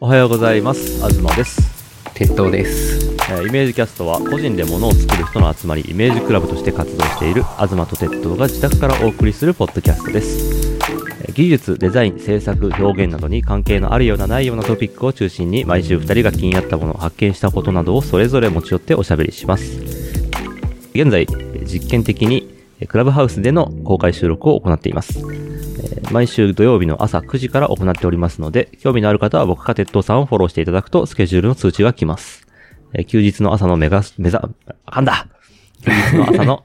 はようございます東です、鉄道ですえーイメージキャストは個人で物を作る人の集まりイメージクラブとして活動している東と鉄道が自宅からお送りするポッドキャストですえー技術デザイン制作表現などに関係のあるようなないようなトピックを中心に毎週2人が気になったもの発見したことなどをそれぞれ持ち寄っておしゃべりします現在、えー実験的にえークラブハウスでの公開収録を行っています。えー毎週土曜日の朝9時から行っておりますので、興味のある方は僕か鉄道さんをフォローしていただくとスケジュールの通知が来ます。えー休日の朝の目が、目ざ、あかんだ休日の朝 の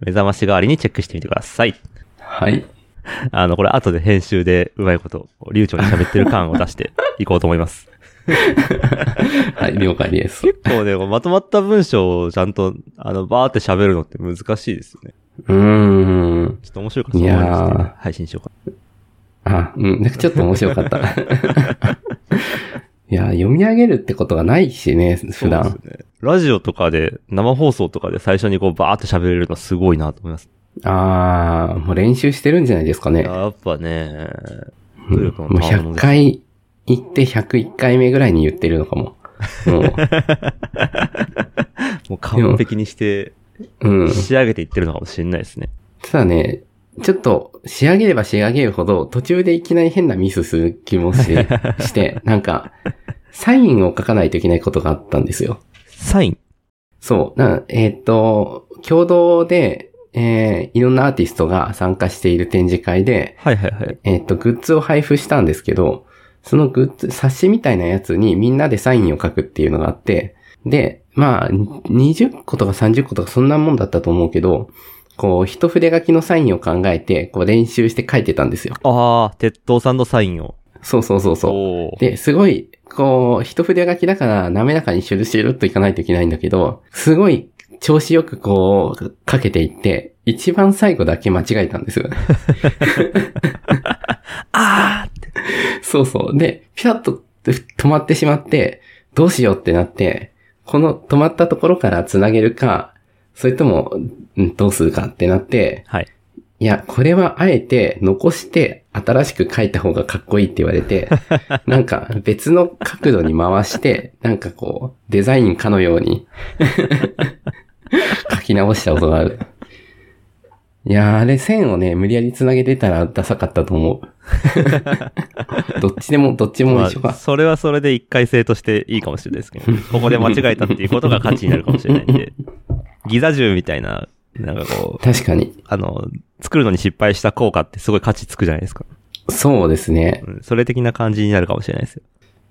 目覚まし代わりにチェックしてみてください。はいあの、これ後で編集でうまいこと、流暢に喋ってる感を出して いこうと思います。はい了解 です結構ね、こうまとまった文章をちゃんと、あの、バーって喋るのって難しいですよね。うーんちょっと面白いかと思いましいてやー配信しようかあうんなんかちょっと面白かった いや読み上げるってことがないしね普そう段ですよねラジオとかで、生放送とかで最初にこうバーって喋れるのすごいなと思います。ああもう練習してるんじゃないですかねやっぱね、努うん力ものう賜物100です。回行って101回目ぐらいに言ってるの かももうもう完璧にして、うん仕上げていってるのかもしれないですね。ただねちょっと仕上げれば仕上げるほど途中でいきなり変なミスする気もしして、なんかサインを書かないといけないことがあったんですよ。サイン。そう。なえーっ、と、共同で、えーいろんなアーティストが参加している展示会で、はいはいはい。えーっ、と、グッズを配布したんですけど、そのグッズ、冊子みたいなやつにみんなでサインを書くっていうのがあって、で、まあ、20個とか30個とかそんなもんだったと思うけど、こう、一筆書きのサインを考えて、こう練習して書いてたんですよ。ああ、鉄塔さんのサインを。そうそうそうそう。おーで、すごい、こう、一筆書きだから滑らかにシュルシュルっといかないといけないんだけど、すごい調子よくこう、かけていって、一番最後だけ間違えたんですよ。あ そうそう。で、ピタッと止まってしまって、どうしようってなって、この止まったところから繋げるか、それとも、うんどうするかってなって、はい。いや、これはあえて残して新しく書いた方がかっこいいって言わ れて、なんか別の角度に回して、なんかこう、デザインかのよ うに書き直したことがある。いやー、あれ線をね、無理やり繋げてたらダサかったと思 う。 どっちでも、どっちもま一緒かあ、。それはそれで一回性としていいかもしれないですけど、 ここで間違えたっていうことが価値になるかもしれないんで、ギザ銃みたいな、なんかこう、確かに。あの、作るのに失敗した効果ってすごい価値つくじゃないですか。そうですね。うん、それ的な感じになるかもしれないですよ。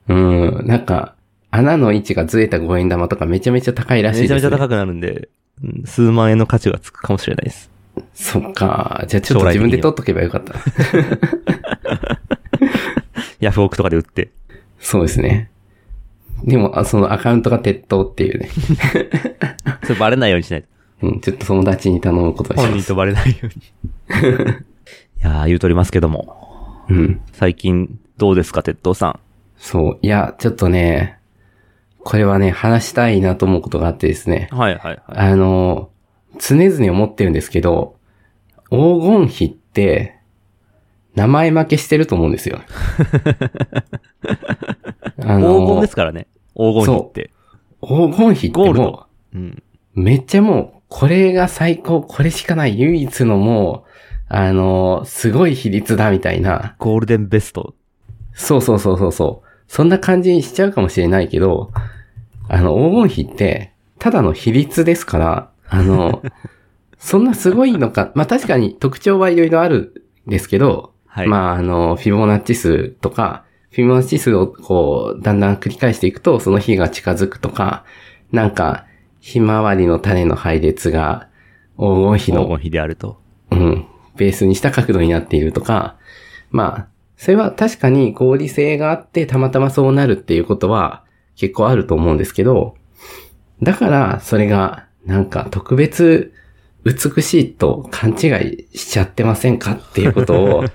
うん、なんか、穴の位置がずれた五円玉とかめちゃめちゃ高いらしいめちです、ゃね。めちゃ高くなるんで、うん数万円の価値がつくかもしれないです。そっか。じゃあちょっと自分で取っとけばよかった。ヤフオクとかで売って。そうですね。でも、あそのアカウントが鉄塔っていうね。それバレないようにしないと。うん、ちょっと友達に頼むことにし本ま人す。とバレないように。い やー、言うとりますけども。うん。最近、どうですか、鉄道さん。そう。いや、ちょっとね、これはね、話したいなと思うことがあってですね。はいはいはい。あの、常々思ってるんですけど、黄金比って、名前負けしてると思うんです よ。あ黄金ので、すからね。黄金比って。黄金比ってゴールもうド、うん。めっちゃもう、これが最高、これしかない、唯一のもう、あのーすごい比率だみたいな。ゴールデンベスト。そうそうそうそうそう。そんな感じにしちゃうかもしれないけど、あの、黄金比って、ただの比率ですから、あ の、そんなすごいのか、まあ確かに特徴はいろいろあるんですけど、はい。まああの、フィボナッチ数とか、フィボナッチ数をこう、だんだん繰り返していくと、その日が近づくとか、なんか、ひまわりの種の配列が、黄金比黄の金比であると。うん、ベースにした角度になっているとか、まあ、それは確かに合理性があってたまたまそうなるっていうことは結構あると思うんですけど、だからそれがなんか特別美しいと勘違いしちゃってませんかっていうことを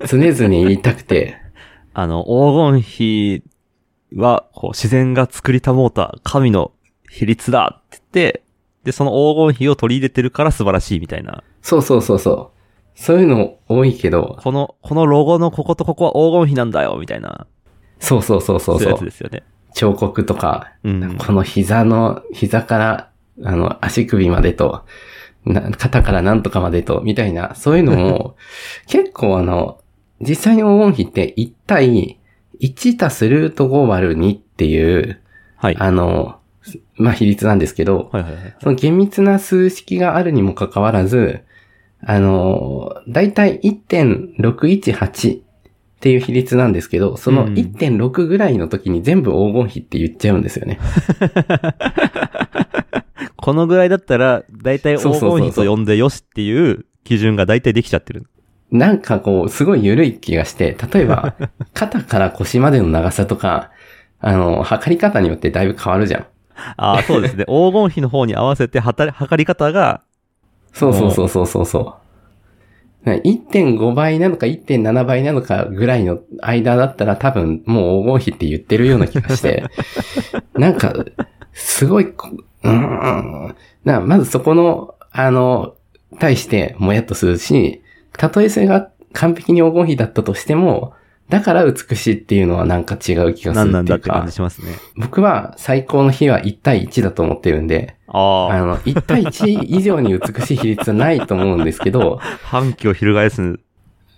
常々言いたくて、あの、黄金比は、こう、自然が作りたもうた神の比率だって言って、で、その黄金比を取り入れてるから素晴らしいみたいな。そうそうそうそう。そういうの多いけど、この、このロゴのこことここは黄金比なんだよ、みたいな。そうそうそうそうそうそいううやつですよね。彫刻とか、うんこの膝の、膝から、あの、足首までと、な肩からなんとかまでと、みたいな、そういうのも、 結構あの、実際に黄金比って1対1足すルート5割る2っていう、はい。はあの、まあ、比率なんですけど、いはいはい。その厳密な数式があるにもかかわらず、あの、だいたい1.618っていう比率なんですけど、そのうん1.6ぐらいの時に全部黄金比って言っちゃうんですよね。このぐらいだったら、だいたいそう黄そうそうそう金比と呼んでよしっていう基準がだいたいできちゃってる。なんかこう、すごい緩い気がして、例えば、肩から腰までの長さとか、あの、測り方によってだいぶ変わるじゃん。 ああ、そうですね。黄金比の方に合わせて、はた、測り方が、そうそうそうそうそうそう。ね1.5倍なのか1.7倍なのかぐらいの間だったら多分もう黄金比って言ってるような気が して、なんか、すごいこ、うーん。なまずそこの、あの、対してもやっとするし、たとえそれが完璧に黄金比だったとしても、だから美しいっていうのはなんか違う気がす何るなっんていだうって感かじ、しますね。僕は最高の日は1対1だと思ってるんで、ああの、1対1以上に美しい比率はないと思うんですけど あ、、反旗を翻す。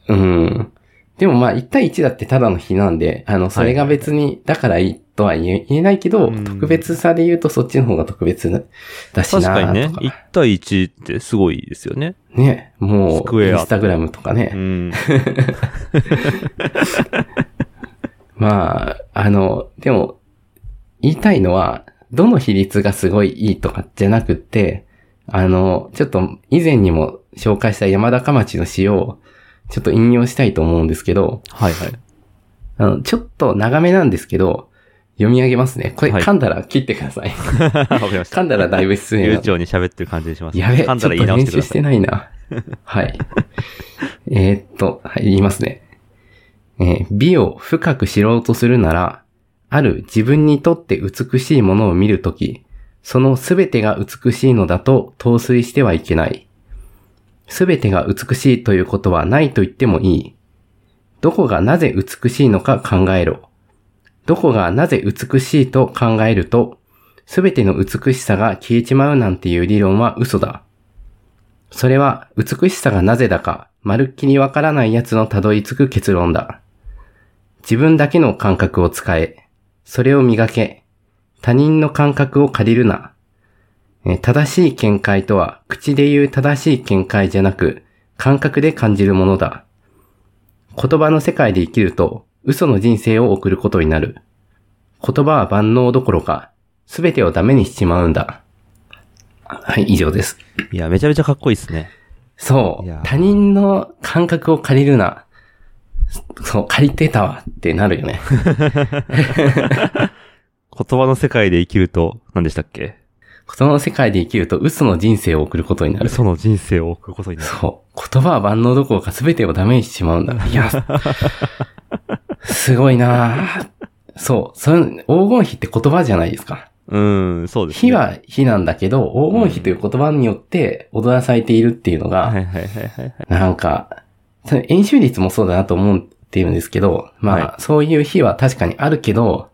うん。でもまあ、1対1だってただの比なんで、あの、それが別に、だからいいとは言え言えないけど、うん特別さで言うとそっちの方が特別なだしな確かにね、とか1対1ってすごいですよね。ね、もスう、クイエアンスタグラムとかね。うん。まあ、あの、でも、言いたいのは、どの比率がすごいいいとかじゃなくって、あの、ちょっと以前にも紹介した山高町の詩を、ちょっと引用したいと思うんですけど、はいはい。 あの、ちょっと長めなんですけど、読み上げますね。これ、はい噛んだら切ってください。わかりました。噛んだらだいぶ失礼悠な。長に喋ってる感じにします。やべえ、ち噛ょっんだとら言い直し練てくだ習しさてい。な いな。はい。えーっと、はい、言いますね。えー美を深く知ろうとするなら、ある自分にとって美しいものを見るとき、そのすべてが美しいのだと陶酔してはいけない。すべてが美しいということはないと言ってもいい。どこがなぜ美しいのか考えろ。どこがなぜ美しいと考えると、すべての美しさが消えちまうなんていう理論は嘘だ。それは美しさがなぜだか、まるっきりわからない奴のたどり着く結論だ。自分だけの感覚を使え、それを磨け、他人の感覚を借りるな。えー正しい見解とは、口で言う正しい見解じゃなく、感覚で感じるものだ。言葉の世界で生きると、嘘の人生を送ることになる。言葉は万能どころか、すべてをダメにしちまうんだ。はい、以上です。いや、めちゃめちゃかっこいいですね。そいうや。ー他人の感覚を借りるな。そう、借りてたわってなるよね。 言葉の世界で生きると、何でしたっけ言葉の世界で生きると嘘の人生を送ることになる。嘘の人生を送ることになる。そう。言葉は万能どころか全てをダメにしてしまうんだ。いや、すごいなあそう。それ、黄金比って言葉じゃないですか。うん、そうです、ね。火は火なんだけど、黄金比という言葉によって踊らされているっていうのが、はいはいはいはい。なんか、その演習率もそうだなと思っているんですけど、まあ、はそういう日は確かにあるけど、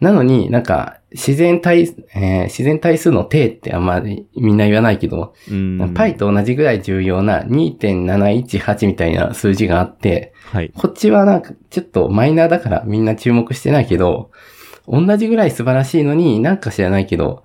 なのになんか、自然対、えー自然対数の定ってあんまりみんな言わないけど、うん。パイ。と同じぐらい重要な2.718みたいな数字があって、はい。こっちはなんかちょっとマイナーだからみんな注目してないけど、同じぐらい素晴らしいのになんか知らないけど、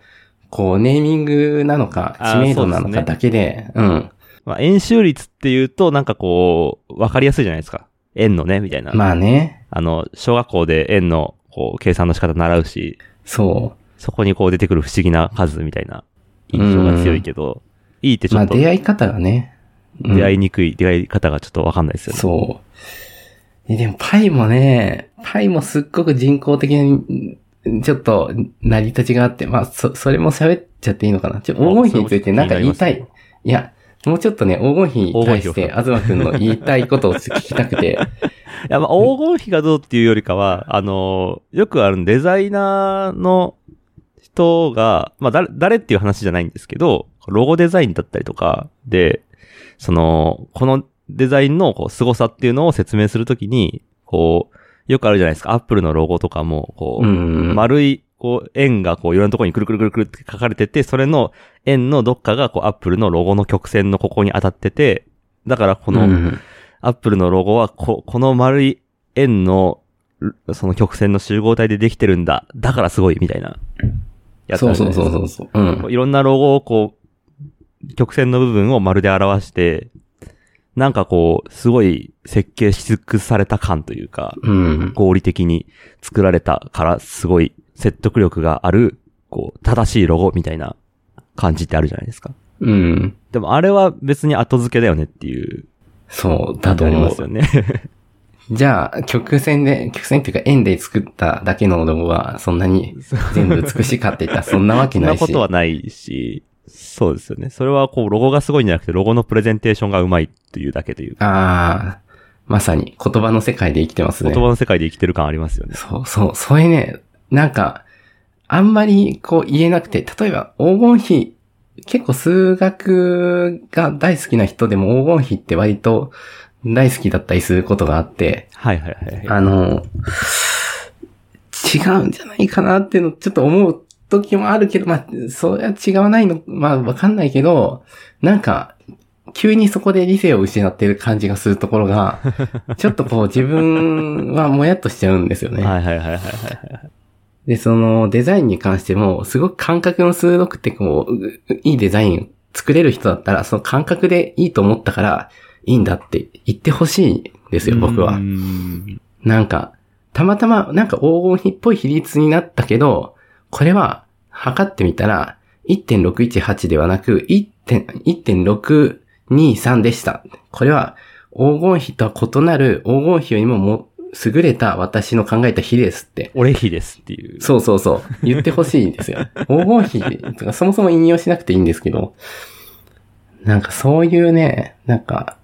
こうネーミングなのか知名度なのかだけで、うん。まあ、円周率っていうと、なんかこう、わかりやすいじゃないですか。円のね、みたいな。まあね。あの、小学校で円の、こう、計算の仕方習うし、そそこにこう出てくる不思議な数みたいな印象が強いけど、いいってう。ちまょあっと出会い方がね。うん出会いにくい、出会い方がちょっとわかんないですよね。そう。えでもパイもね、パイもすっごく人工的に、んちょっと成り立ちがあって、まあそ、それも喋っちゃっていいのかな。ちょ、黄金比についてなんか言いたそれいも。いや、もうちょっとね、黄金比に対し黄金て、比を東くんの言いたいことを聞きたく て。いや、まあ、黄金比がどうっていうよりかは、あの、よくあるデザイナーの人が、まあ、誰、誰っていう話じゃないんですけど、ロゴデザインだったりとかで、その、このデザインのこう凄さっていうのを説明するときに、こう、よくあるじゃないですか。アップルのロゴとかも、こう、ん。丸い、こう、円がこう、いろんなところにくるくるくるくるって書かれてて、それの円のどっかが、こう、アップルのロゴの曲線のここに当たってて、だからこうの、んアップルのロゴは、こ、この丸い円の、その曲線の集合体でできてるんだ。だからすごい、みたいな。やつあそるうじゃそなういですかそうそうそう。うこん。ういろんなロゴをこう、曲線の部分を丸で表して、なんかこう、すごい設計し尽くされた感というか、うん。合理的に作られたからすごい説得力がある、こう、正しいロゴみたいな感じってあるじゃないですか。うん。でもあれは別に後付けだよねっていうそう、だ感じとあり思まうす。よね。じゃあ、曲線で、曲線っていうか円で作っただけのロゴは、そんなに全部美しいかって言ったら、そんなわそけんなないし。ことはないし、そうですよね。それはこう、ロゴがすごいんじゃなくて、ロゴのプレゼンテーションがうまいっていうだけというか、ああ、まさに言葉の世界で生きてますね。言葉の世界で生きてる感ありますよね。そうそう、それね、なんか、あんまりこう言えなくて、例えば黄金比、結構数学が大好きな人でも黄金比って割と大好きだったりすることがあって、はいはいはいはい。あの、違うんじゃないかなっていうのちょっと思う時もあるけど、まあ、そりゃ違わないの、まあわかんないけど、なんか、急にそこで理性を失ってる感じがするとこ ろが、ちょっとこう自分はもやっとしちゃうんですよね。はいはいはいはいはい。で、そのデザインに関しても、すごく感覚の鋭くて、こうう、ういいデザインを作れる人だったら、その感覚でいいと思ったから、いいんだって言ってほしいんですよ、僕うはー。んなんか、たまたま、なんか黄金比っぽい比率になったけど、これは、測ってみたら、1.618ではなく、1.6 1.623でした。これは、黄金比とは異なる黄金比よりもも優れた私の考えた比ですって。俺比ですっていう。そうそうそう。言ってほしいんで すよ。黄金比とか、そもそも引用しなくていいんですけど、なんかそういうね、なんか、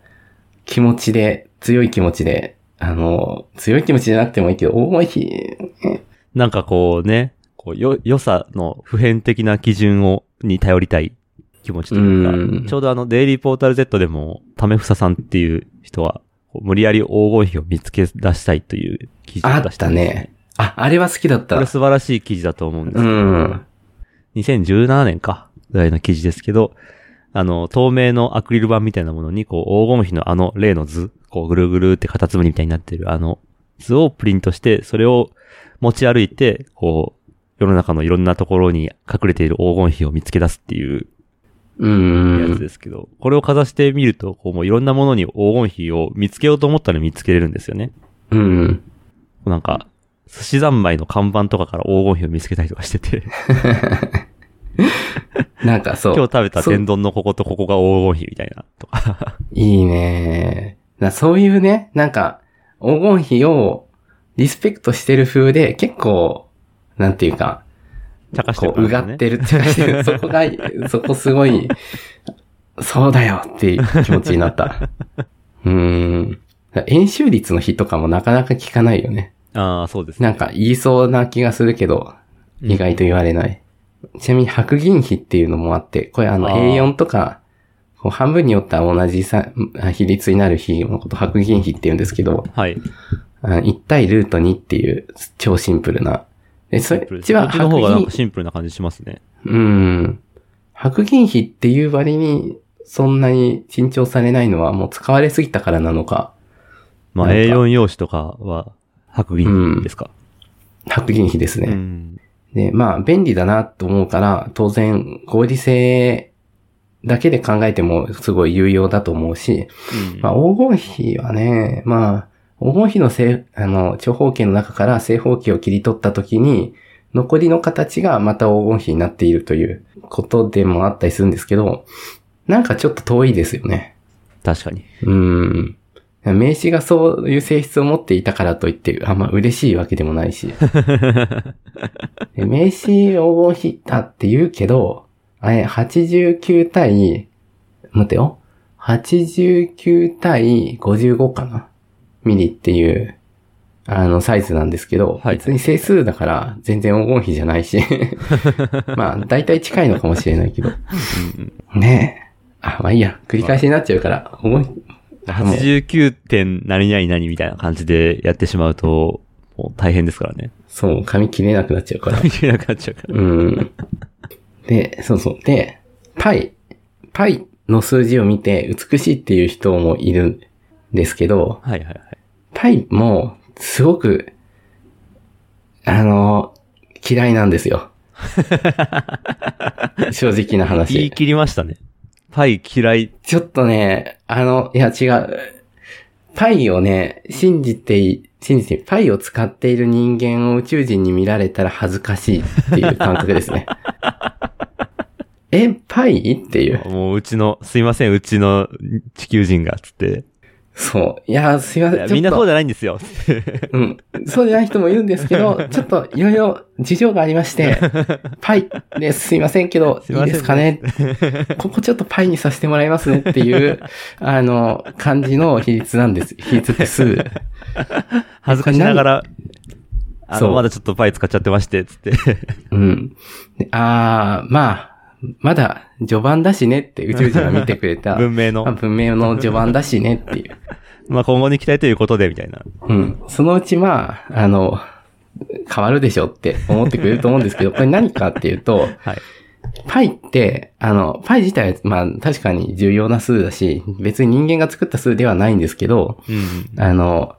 気持ちで、強い気持ちで、あの、強い気持ちじゃなくてもいいけど、黄金比、なんかこうね、こうよ、良さの普遍的な基準を、に頼りたい気持ちといううか、んちょうどあの、デイリーポータル Z でも、タメフサさんっていう人は、こう無理やり黄金比を見つけ出したいという記事をあ出っしたたんです。ね。あ、あれは好きだっこれた。素晴らしい記事だと思うんですけうど、ん。 2017年か、ぐらいの記事ですけど、あの、透明のアクリル板みたいなものに、こう、黄金比のあの例の図、こう、ぐるぐるってカタツムリみたいになってるあの図をプリントして、それを持ち歩いて、こう、世の中のいろんなところに隠れている黄金比を見つけ出すっていううやつん。ですけど、これをかざしてみると、こう、もういろんなものに黄金比を見つけようと思ったら見つけれるんですよね。うん。なんか、寿司三昧の看板とかから黄金比を見つけたりとかしてて、なんかそう。今日食べたそう天丼のこことここが黄金比みたいな、とか。いいねなそういうね、なんか、黄金比をリスペクトしてる風で、結構、なんていうか、茶化してるこう、感うじねがってるっていうか そこが、そこすごい、そうだよっていう気持ちになった。 うーん。演習率の日とかもなかなか聞かないよね。ああ、そうですね。なんか言いそうな気がするけど、意外と言われない。ちなみに白銀比っていうのもあって、これあのあー A4 とか、こう半分によっては同じさ比率になる比のこと白銀比って言うんですけど、はい。あ1対ルート2っていう超シンプルな。で、そっシンプルですちはこっちの白方がなん銀かシンプルな感じしますね。うん。白銀比っていう割に、そんなに珍重されないのはもう使われすぎたからなのか、まあなんか A4 用紙とかは白銀ですか。白銀比ですうね。ん。で、まあ、便利だなと思うから、当然、合理性だけで考えてもすごい有用だと思うし、うんまあ、黄金比はね、まあ、黄金比の正、あの、長方形の中から正方形を切り取った時に、残りの形がまた黄金比になっているということでもあったりするんですけど、なんかちょっと遠いですよね。確かに。うん。名詞がそういう性質を持っていたからといって、あんま嬉しいわけでもな いし。で名詞黄金比だって言うけど、あれ、89対、待てよ。89対55かな。ミリっていう、あの、サイズなんですけど、はい別に整数だから全然黄金比じゃない し。まあ、だいたい近いのかもしれないけど。うんうんねえ。あ、まあいいや。繰り返しになっちゃうから、黄金比、あもう89点何々何みたいな感じでやってしまうと、もう大変ですからね。そう、髪切れなくなっちゃうから。見れなくなっちゃうから。うん。 で、そうそう。で、パイ。パイの数字を見て美しいっていう人もいるんですけど、はいはいはい。パイもすごく、あの、嫌いなんですよ。 正直な話。言い切りましたね。パイ嫌い。ちょっとね、あの、いや違う。パイをね、信じてい、信じて、パイを使っている人間を宇宙人に見られたら恥ずかしいっていう感覚で すね。え、パイっていう。もううちの、すいません、うちの地球人が、つって。そう。いや、すいまいせやん。ちょっとみんなそうじゃないんですよ。うん。そうじゃない人もいるんですけ ど、ちょっといろいろ事情がありまして、パイです。すいませんけど、 すいいまいせんですかね。ここちょっとパイにさせてもらいますねっていう、あの、感じの比率なんです。比率です。恥ずかしながら、あその、うまだちょっとパイ使っちゃってまして、つって。うん。でああ、まあ、まだ序盤だしねって宇宙人が見てくれた。 文明のあ文明の序盤だしねっていう。まあ今後に期待ということで、みたいな。うん。そのうちまあ、あの、変わるでしょって思ってくれると思うんです けど、これ何かっていうと、はい。パイって、あの、パイ自体は、まあ、確かに重要な数だし、別に人間が作った数ではないんですけど、うん。あの、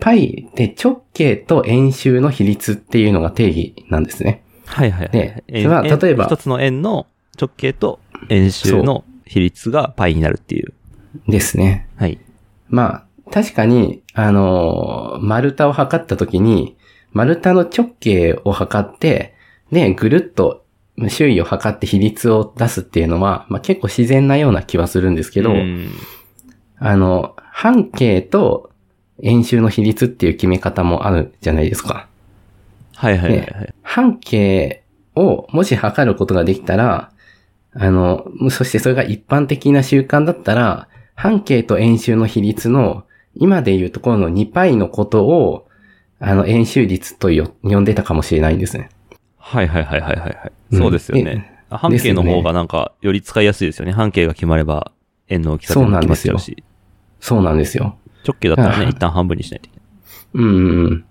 パイって直径と円周の比率っていうのが定義なんですね。はいはいはい。でそれは円例えば一つの円の直径と円周の比率がパイになるっていう。ですね。はい。まあ、確かに、あのー丸太を測った時に、丸太の直径を測って、で、ぐるっと周囲を測って比率を出すっていうのは、まあ結構自然なような気はするんですけど、うんあの、半径と円周の比率っていう決め方もあるじゃないですか。はいはいはいはい。半径をもし測ることができたら、あの、そしてそれが一般的な習慣だったら、半径と円周の比率の、今でいうところの2パイのことを、あの、円周率とよ呼んでたかもしれないんですね。はいはいはいはいはいはい。うんそうですよね。あ半です径よのね方がなんか、より使いやすいですよね。半径が決まれば、円の大きさそもうなん決まっですちゃようし。そうなんですよ。直径だったらね、うん一旦半分にしないといけない。うんうん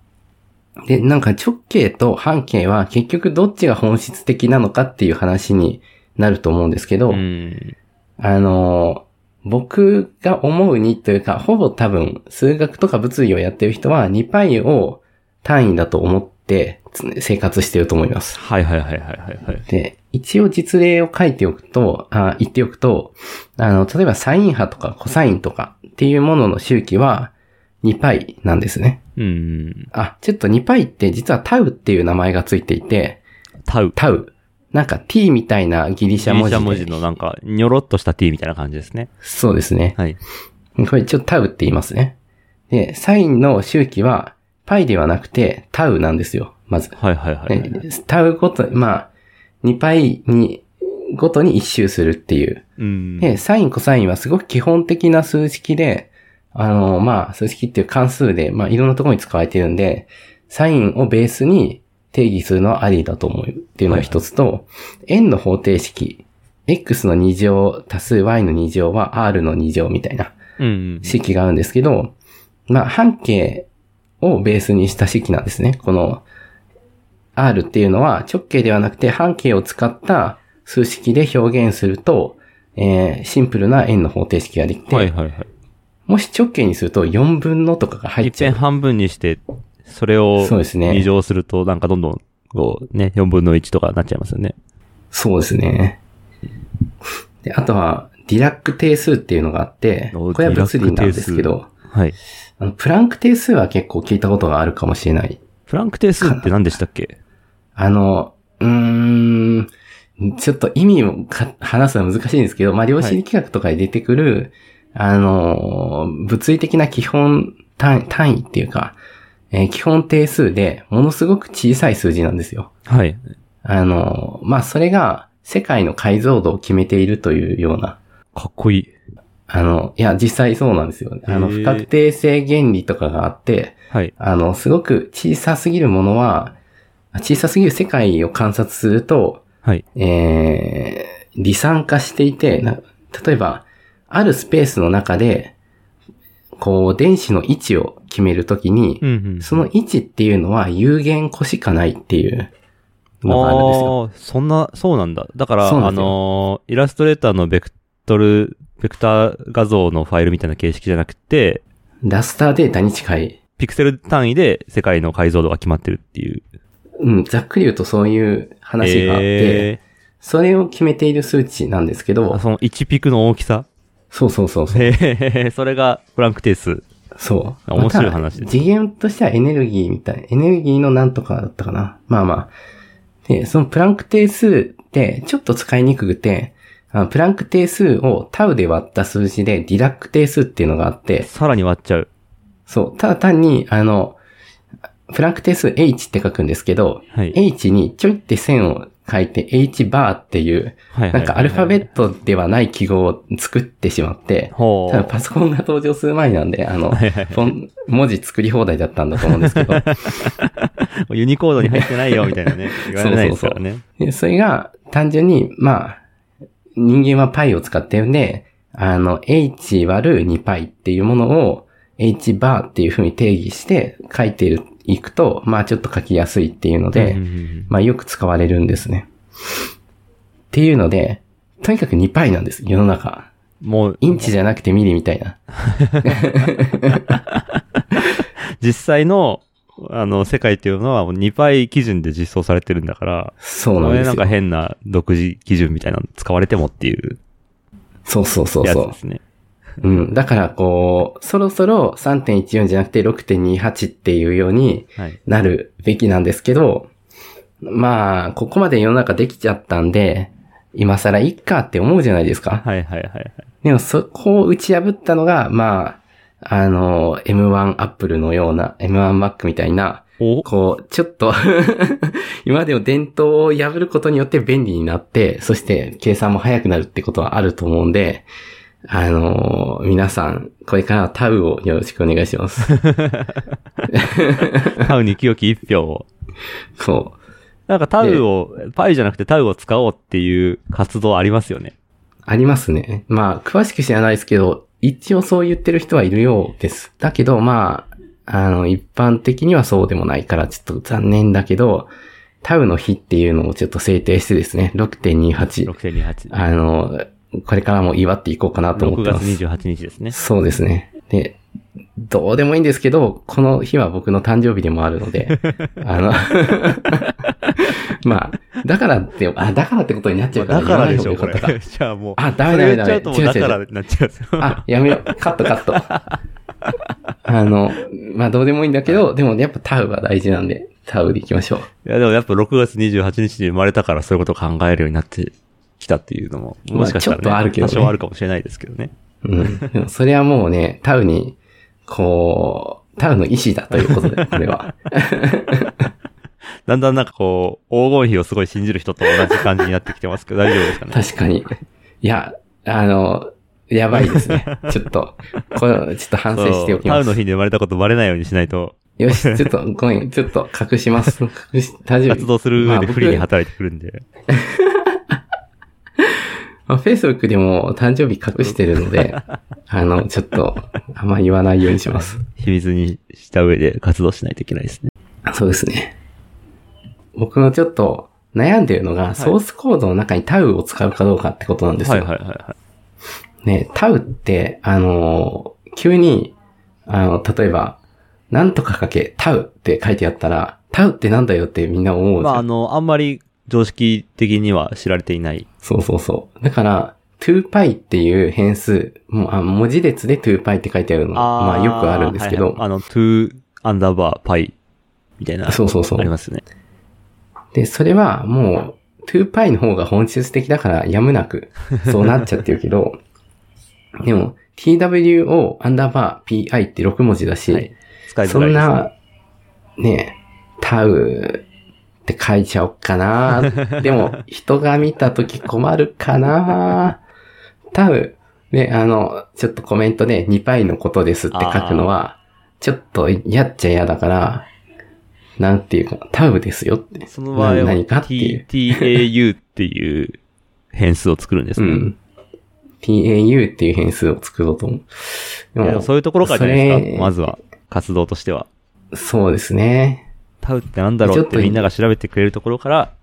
うん。で、なんか直径と半径は結局どっちが本質的なのかっていう話になると思うんですけど、うん。あの、僕が思うにというか、ほぼ多分、数学とか物理をやってる人は、2パイを単位だと思ってつ生活してると思います。はいはいはいはいはいはい。で、一応実例を書いておくと、あ言っておくと、あの、例えばサイン波とかコサインとかっていうものの周期は2パイなんですね。うん。あ、ちょっと2パイって実はタウっていう名前がついていて、タウ。タウ。なんか t みたいなギリシギャリ文字シャで。文字のなんか、にょろっとした t みたいな感じですね。そうですね。はい。これちょっとタウって言いますね。で、サインの周期は、パイではなくて、タウなんですよ、まず。はいはいはいはい。ねタウごと、まあ、2パイに、ごとに1周するっていう。うん。で、サイン、コサインはすごく基本的な数式で、あの、まあ、数式っていう関数で、まあ、いろんなところに使われてるんで、サインをベースに定義するのはありだと思うっていうのが一つと、円の方程式、x の2乗足す y の2乗は r の2乗みたいな。うん。式があるんですけど、まあ、半径をベースにした式なんですね。この R っていうのは直径ではなくて半径を使った数式で表現すると、えーシンプルな円の方程式ができて、はいはいはい。もし直径にすると4分のとかが入っ一ちゃ遍う。半分にして、それをそうですね二乗すると、なんかどんどん、こうね、4分の1とかなっちゃいますよね。そうですね。で、あとは、ディラック定数っていうのがあって、おこれは物理なんですけディど、はい。あのプランク定数は結構聞いたことがあるかもしれないプランク定数って何でしたっけあの、うーん、ちょっと意味をか話すのは難しいんですけど、まあ、量子力学とかで出てくる、あの、物理的な基本単単位っていうか、えー基本定数でものすごく小さい数字なんですよ。はい。あの、まあ、それが世界の解像度を決めているというような、かっこいい。あの、いや、実際そうなんですよ。あの、へー不確定性原理とかがあって、はい。あの、すごく小さすぎるものは、小さすぎる世界を観察すると、はい。えー、離散化していて、な例えば、あるスペースの中で、こう、電子の位置を決めるときに、うんうん。その位置っていうのは有限個しかないっていうのがあるんですよ。あーそんな、そうなんだ。だから、そうなあんですよのーイラストレーターのベクトル、ベクター画像のファイルみたいな形式じゃなくて、ラスターデータに近い。ピクセル単位で世界の解像度が決まってるっていう。うん、ざっくり言うとそういう話があって、えそれを決めている数値なんですけーあど、その1ピクの大きさそうそうそうそう。へーそれがプランク定数。そう。面白い話ですまた次元としてはエネルギーみたい。エネルギーのなんとかだったかな。まあまあ。で、そのプランク定数ってちょっと使いにくくて、あプランク定数をタウで割った数字でディラック定数っていうのがあって、さらに割っちゃう。そう、ただ単に、あの、プランク定数 H って書くんですけど、はい。 H にちょいって線を書いて H バーっていう、はいはいはいはいなんかアルファベットではない記号を作ってしまって、ほ多分う。パソコンが登場する前なんで、あの、はいはいフォン文字作り放題だったんだと思うんですけど、 ユニコードに入ってないよ、みたいなね。 言われないですからね。でそれが単純に、まあ、人間は π を使ってるんで、あの、h 割る 2π っていうものを h バーっていう風に定義して書いているいくと、まあちょっと書きやすいっていうので、うんうんうんまあよく使われるんですね。っていうので、とにかく 2π なんです、世の中。もう、インチじゃなくてミリみたいな。実際の、あの、世界っていうのはもう2倍基準で実装されてるんだから、そうこなんれですなんよか。変な独自基準みたいなの使われてもっていうそうそうそうやつそうで。すね。うん。だから、こう、そろそろ3.14じゃなくて6.28っていうようにはい。なるべきなんですけど、まあ、ここまで世の中できちゃったんで、今更いっかって思うじゃないですか。はいはいはいはい。でも、そこを打ち破ったのが、まあ、あの、M1 Apple のような、M1 Mac みたいな、おこう、ちょっと、 今までの伝統を破ることによって便利になって、そして計算も早くなるってことはあると思うんで、あのー皆さん、これからはタウをよろしくお願いします。タウに清き一票を。そなんかタウを、パイじゃなくてタウを使おうっていう活動ありますよね。う、ありますね。まあ、詳しく知らないですけど、一応そう言ってる人はいるようです。だけど、まあ、あの、一般的にはそうでもないから、ちょっと残念だけど、タウの日っていうのをちょっと制定してですね、6.28。 6.28。あの、これからも祝っていこうかなと思6ってま月す。 28日ですね。そうですね。で、どうでもいいんですけど、この日は僕の誕生日でもある ので、あの、まあ、だからって、あ、だからってことになっちゃうから、だからでしょ、言こわない方がよかれ。 っじゃあもう。たかあ、ダメダメダそれ言っちゃうともメ。うだか違う違う違うらになっちゃう。あ、やめよう。カットカット。あの、まあどうでもいいんだけど、でもやっぱタウは大事なんで、タウで行きましょう。いや、でもやっぱ6月28日に生まれたからそういうことを考えるようになってきたっていうのも、もしかしたら、ねまあちょっとあるけどね多少あるかもしれないですけどね。 うん。でもそれはもうね、タウに、こう、タウの意思だということで、これは。だんだんなんかこう、黄金比をすごい信じる人と同じ感じになってきてますけど、大丈夫ですかね。確かに。いや、あの、やばいで すね。ちょっと、これ、ちょっと反省しておきタまウのす。日に生まれたことバレないようにしないと、よし、ちょっと、ごめん、ちょっと隠します。隠し、大丈活夫。動する上まあで僕不利に働いてくるんで。まあ、Facebook でも誕生日隠してるの で、あの、ちょっと、あんま言わないようにします。秘密にした上で活動しないといけないですね。そうですね。僕のちょっと悩んでるのが、ソースコードの中にタウを使うかどうかってことなんですはよ。いはいはいはね、タウって、あのー急に、あの、例えば、なんとかかけタウって書いてあったら、タウってなんだよってみんな思い。うじまゃん。ああの、あんまり常識的には知られていない。そうそうそう。だから、2π っていう変数、もうあ文字列で 2π って書いてあるの、まあよくあるんですけはど、いはいあの、to アンダーバー pi みたいな、そうそうそありう。ますね。で、それはもう、2π の方が本質的だからやむなく、そうなっちゃってるけど、でも、two アンダーバー pi って6文字だし、はい使いづそらいんですね。な、ねえ、タウって書いちゃおっかな。でも、人が見たとき困るかな。タウ、ね、あの、ちょっとコメントで2パイのことですって書くのは、ちょっと嫌っちゃ嫌だから、なんていうか、タウですよって。その場合なは何かっていう t, tau っていう変数を作るんですうね。ん。 PAU っていう変数を作ろうと思う。でいやでもも、そういうところからじゃないそですれか。まずは、活動としては。そうですね。タウってなんだろうっちょてっとみんなが調べてくれるところから、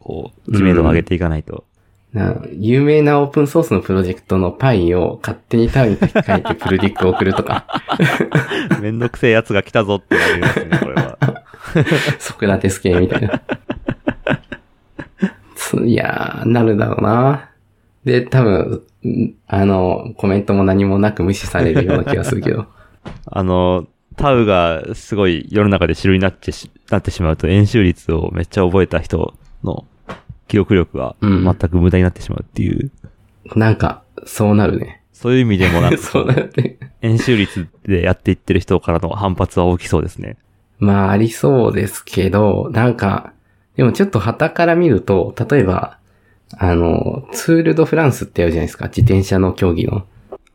こう、知名度を上げていかない と。な有名なオープンソースのプロジェクトの Py を勝手にタウに書き換えてプルディックを送ると か、めんどくせえやつが来たぞってなりますね、これは。ソクラテス系みたいな。ついやー、なるだろうな。で、多分、んあの、コメントも何もなく無視されるような気がするけ ど。あの、タウがすごい世の中で主流になってし、なってしまうと、演習率をめっちゃ覚えた人の記憶力がうん全く無駄になってしまうっていう、なんか、そうなるね。そういう意味でもなんか、 そうなるね。 演習率でやっていってる人からの反発は大きそうですね。まあ、ありそうですけど、なんか、でもちょっと旗から見ると、例えば、あの、ツールドフランスってあるじゃないですか、自転車の競技の。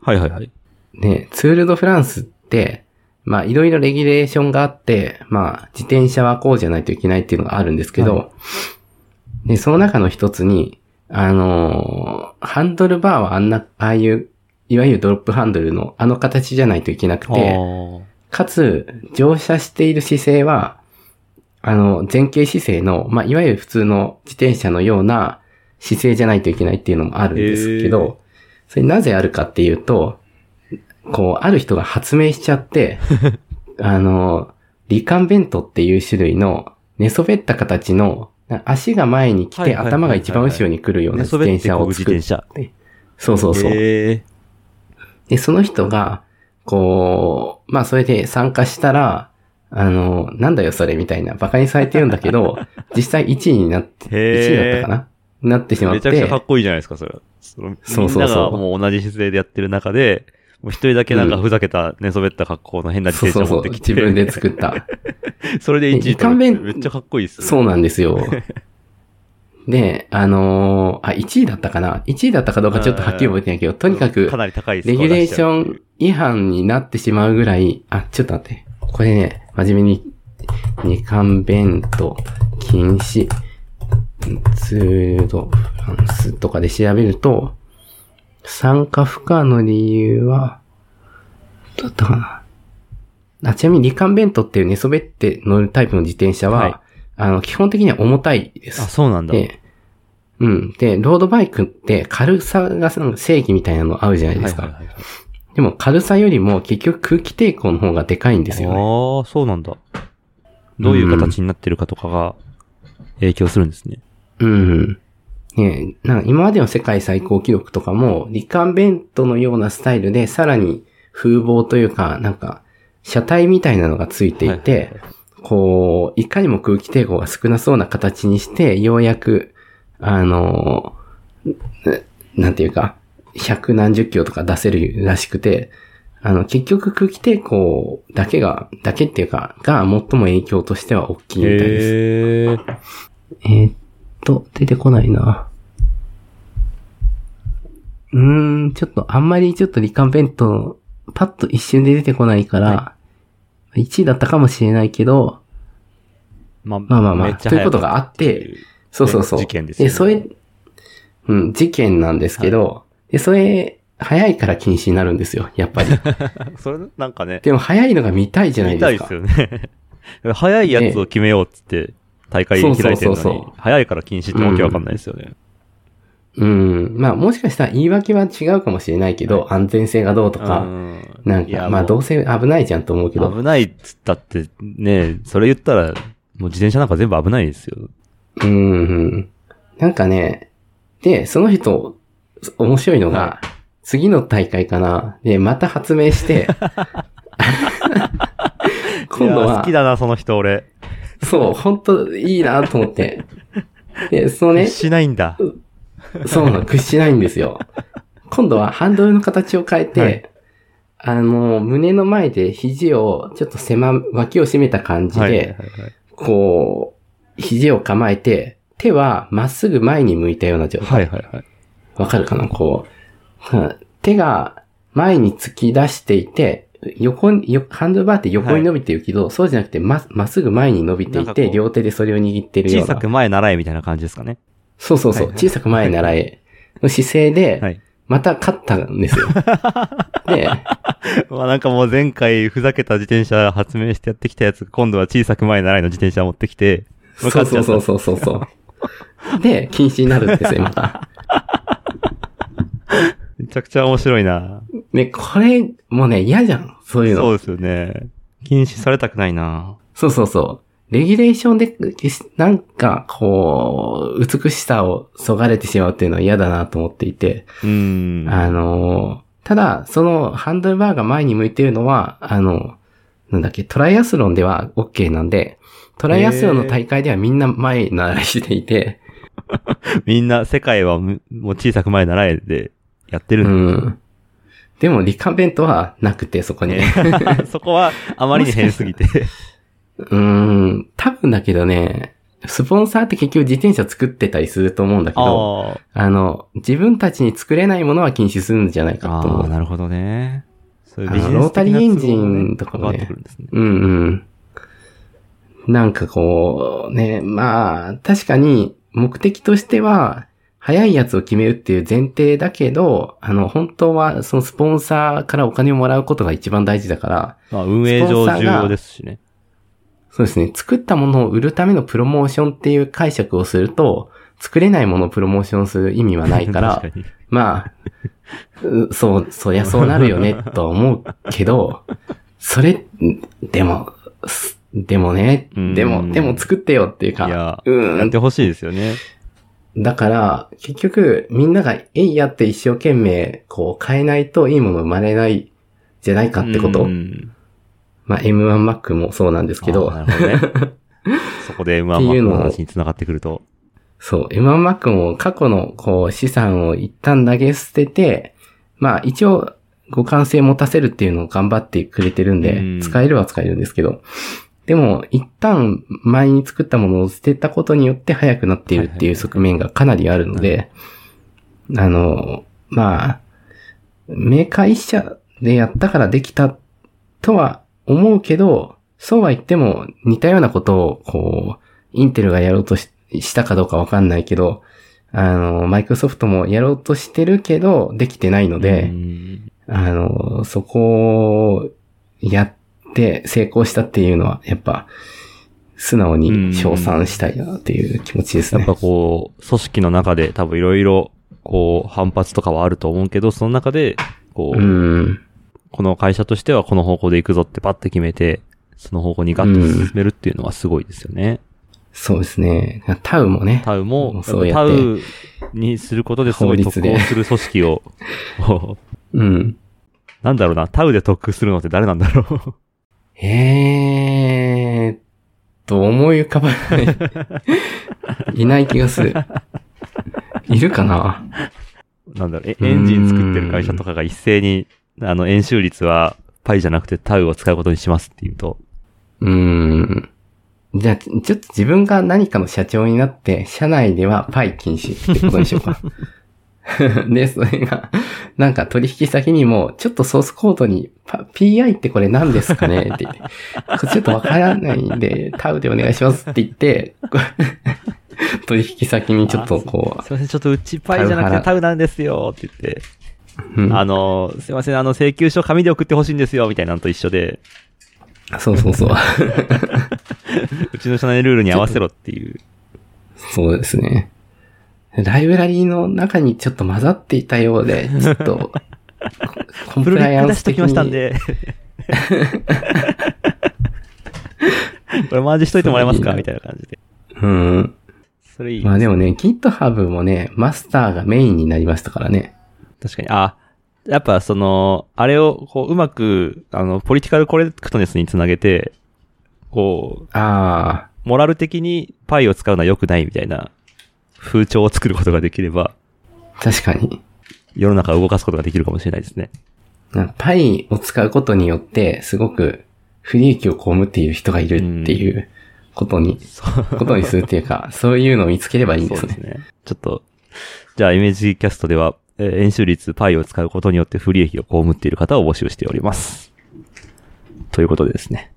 はいはいはい。ね、ツールドフランスって、まあ、いろいろレギュレーションがあって、まあ、自転車はこうじゃないといけないっていうのがあるんですけど、はで、その中の一つに、あのーハンドルバーはあんな、ああいう、いわゆるドロップハンドルのあの形じゃないといけなくあて、ーかつ、乗車している姿勢は、あの、前傾姿勢の、まあ、いわゆる普通の自転車のような姿勢じゃないといけないっていうのもあるんですけど、それなぜあるかっていうと、こう、ある人が発明しち ゃって、あの、リカンベントっていう種類の寝そべった形の、な足が前に来はいてはいはいはい頭が一番後ろに来るよう寝な自そべ転って車こぐを自作っ転車。そうそうそう。えで、その人が、こう、まあそれで参加したら、あの、なんだよそれみたいな、馬鹿にされてるんだけ ど、実際1位になって、ー、へ1位だえったかななってしまっ、めちゃくちゃかってこいいじゃないですか、それは。そのそうそうそうみんながもう同じ姿勢でやってる中で、もう一人だけなんかふざけた寝そべった格好の変な自そう転そう車持そうっ、てきて、自分で作った。それで1位一貫取るっ弁てめっちゃかっこいいっすね。そうなんで すよ。で、あのーあ、1位だったかな ?1 位だったかどうかちょっとはっきり覚えてないけど、とにかくか、なり高いスコアレギュレーシ出ョしちゃうっていン違反になってしまうぐらい、あ、ちょっと待って。これね、真面目に、二冠弁当禁止、ツールドフランスとかで調べると、参加不可の理由は、どうだったかな。あちなみに、リカンベントっていう寝そべって乗るタイプの自転車は、はいあの、基本的には重たいでうあ、す。そうなんだ。で、うん。で、ロードバイクって軽さがその正義みたいなの合うじゃないですか。はいはいはいでも軽さよりも結局空気抵抗の方がでかいんですよね。ああ、そうなんだ。どういう形になってるかとかが影響するんですね。うん。ねえなんか今までの世界最高記録とかも、リカンベントのようなスタイルで、さらに風貌というか、なんか、車体みたいなのがついていて、こう、いかにも空気抵抗が少なそうな形にして、ようやく、あのな、なんていうか、百何十キロとか出せるらしくて、あの、結局空気抵抗だけが、だけっていうか、が最も影響としては大きいみたいです。へえ。えーっと、出てこないな。うーん、ちょっと、あんまりちょっとリカンベント、パッと一瞬で出てこないから、1位だったかもしれないけど、まあまあまあまあ、ということががあって、そうそうそう。事件ですよねで、それ、うん、事件なんですけど、で、それ、早いから禁止になるんですよ、や っぱり。それなんかね、でも早いのが見たいじゃない見たでいすでか。すよね。 早いやつを決めようっつって、大会開いてるそうそうそうのそに、早いから禁止ってわけわかんないですよね。うん。まあ、もしかしたら言い訳は違うかもしれないけど、安全性がどうとうか、んなんいやか、まあもうどうせ危ないじゃんと思うけど、危ないっつったって、ね、それ言ったら、もう自転車なんか全部危ないですよ。うんうん。なんかね、で、その人、面白いのはが、次の大会かな、で、また発 明して、 今度いや好はき、だな、その人俺。そう、本当いいなと思 って。で、そのね、しないんだ。そうなの、屈しないんですよ。今度はハンドルの形を変えて、はいあの、胸の前で肘をちょっと狭、脇を締めた感じで、はいはいはいはい。こう、肘を構えて、手はまっすぐ前に向いたような状態。はいはいはい。わかるかなこう、うん手が前に突き出していて、横に、よハンドルバーって横に伸びてるけど、そうじゃなくてま、まっすぐ前に伸びてないんかこて、う両手でそれを握ってるよう小な。さく前習えみたいな感じですかね。そうそうそう。はいはい小さく前に習えの姿勢で、はい。 また勝ったんですよ。で、まあなんかもう前回ふざけた自転車発明してやってきたやつ、今度は小さく前習いの自転車持ってきて、向そかうっちそゃうったそうそうそうそう。で、禁止になる んですよ、また。めちゃくちゃ面白いな。ね、これ、もうね、嫌じゃん。そういうの。そうですよね。禁止されたくないな。そうそうそう。レギュレーションで、なんか、こう、美しさをそがれてしまうっていうのは嫌だなと思っていて、うーん。あの、ただ、そのハンドルバーが前に向いてるのは、あの、なんだっけ、トライアスロンでは OK なんで、トライアスロンの大会ではみんな前に習いしていて、みんな世界はむもう小さく前習えでやってるうんん。でも、リカンベントはなくて、そこに。ね そこはあまりに変すぎて。うーん、多分だけどね、スポンサーって結局自転車作ってたりすると思うんだけあど、ーあの、自分たちに作れないものは禁止するんじゃないかとあー、思う。なるほどね。そういうあのビジネス的なロータリーエン都ジ合がンとか関わもねってくるんですね。うんうん。なんかこう、ね、まあ、確かに目的としては、早いやつを決めるっていう前提だけど、あの、本当はそのスポンサーからお金をもらうことが一番大事だから、まあ、運営上重要ですしね。そうですね、作ったものを売るためのプロモーションっていう解釈をすると、作れないものをプロモーションする意味はないから、 確かにまあ、う そう、そりゃそうなるよ ね、とは思うけど、それ、んでも、すでもね、うんでも、でも作ってよっていういか、や、うんやってほしいですよね。だから、結局、みんなが、えいやって一生懸命、こう、変えないといいもの生まれない、じゃないかってこと。うんまあ、M1Mac もそうなんですけど、あーなるほ どね。そこで、まあ、ってまあ、いこうのをの話に繋がってくると。そう、M1Mac も過去の、こう、資産を一旦投げ捨てて、まあ、一応、互換性持たせるっていうのを頑張ってくれてるんで、うん使えるは使えるんですけど、でも、一旦前に作ったものを捨てたことによって早くなっているっていう側面がかなりあるので、あの、まあ、メーカー一社でやったからできたとは思うけど、そうは言っても似たようなことを、こう、インテルがやろうとししたかどうかわかんないけど、あの、マイクロソフトもやろうとしてるけど、できてないので、うんあの、そこをやって成功したっていうのは、やっぱ、素直に称賛したいなっていう気持ちですやっねぱ。こう、組織の中で多分いろいろ、こう、反発とかはあると思うけど、その中で、こう、うん。この会社としてはこの方向で行くぞってパッて決めて、その方向にガッと進めるっていうのはすごいですよね。そうですね。タウもね。タウも、そうタやってウにすることですごい法特律で攻する組織を、 こううん。なんだろうな、タウで特攻するのって誰なんだろう。えーっと、思い浮かばない。いない気がする。いるかななんだろう、 えうんエンジン作ってる会社とかが一斉に、あの、演習率は、パイじゃなくてタウを使うことにしますっていうと、うーん。じゃあ、ちょっと自分が何かの社長になって、社内ではパイ禁止ってことにしようか。 で、それが、なんか取引先にも、ちょっとソースコードに、パ PI ってこれ何ですかねって言って、これちょっとわからないんで、タウでお願いしますって言って、こう取引先にちょっとこすいません、ちょっとうちパイじゃなくてタウなんですよって言って、う、うんあの、すいません、あの、請求書紙で送ってほしいんですよ、みたいなのと一緒で、そうそう そう。うちの社内ルールに合わせろっていう。そうですね。ライブラリーの中にちょっと混ざっていたようで、ちょ っと、ココンププロリライッアクン出スしと的きましたんに、で。これマージしといてもらえますかみたいな感じで。うん。それいい。まあでもね、GitHub もね、マスターがメインになりましたからね。確かに。あ、やっぱその、あれをこう、うまく、あの、ポリティカルコレクトネスにつなげて、こう、ああ、モラル的にパイを使うのは良くないみたいな風潮を作ることができれば、確かに。世の中を動かすことができるかもしれないですね。な Py を使うことによって、すごく不利益を被っている人がいるっていうことに、ことにするっていうか、そういうのを見つければいいんですそうでねす。ね。ちょっと、じゃあイメージキャストでは、えー演習率パイを使うことによって不利益を被っている方を募集しております。ということでですね。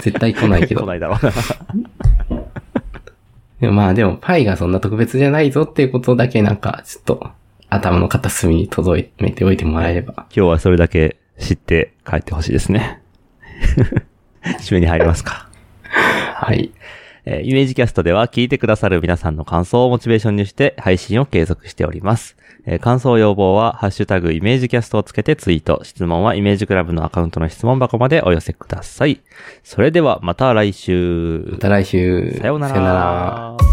絶対来ないけどこ。ないだろうな。でもまあでも、パイがそんな特別じゃないぞっていうことだけなんか、ちょっと、頭の片隅に届いておいてもらえれば。今日はそれだけ知って帰ってほしいですね。 締めに入りますか。はい。えーイメージキャストでは聞いてくださる皆さんの感想をモチベーションにして配信を継続しております。えー感想要望は、ハッシュタグイメージキャストをつけてツイート、質問はイメージクラブのアカウントの質問箱までお寄せください。それではまた来週ま。た来週。さようなら。さようなら。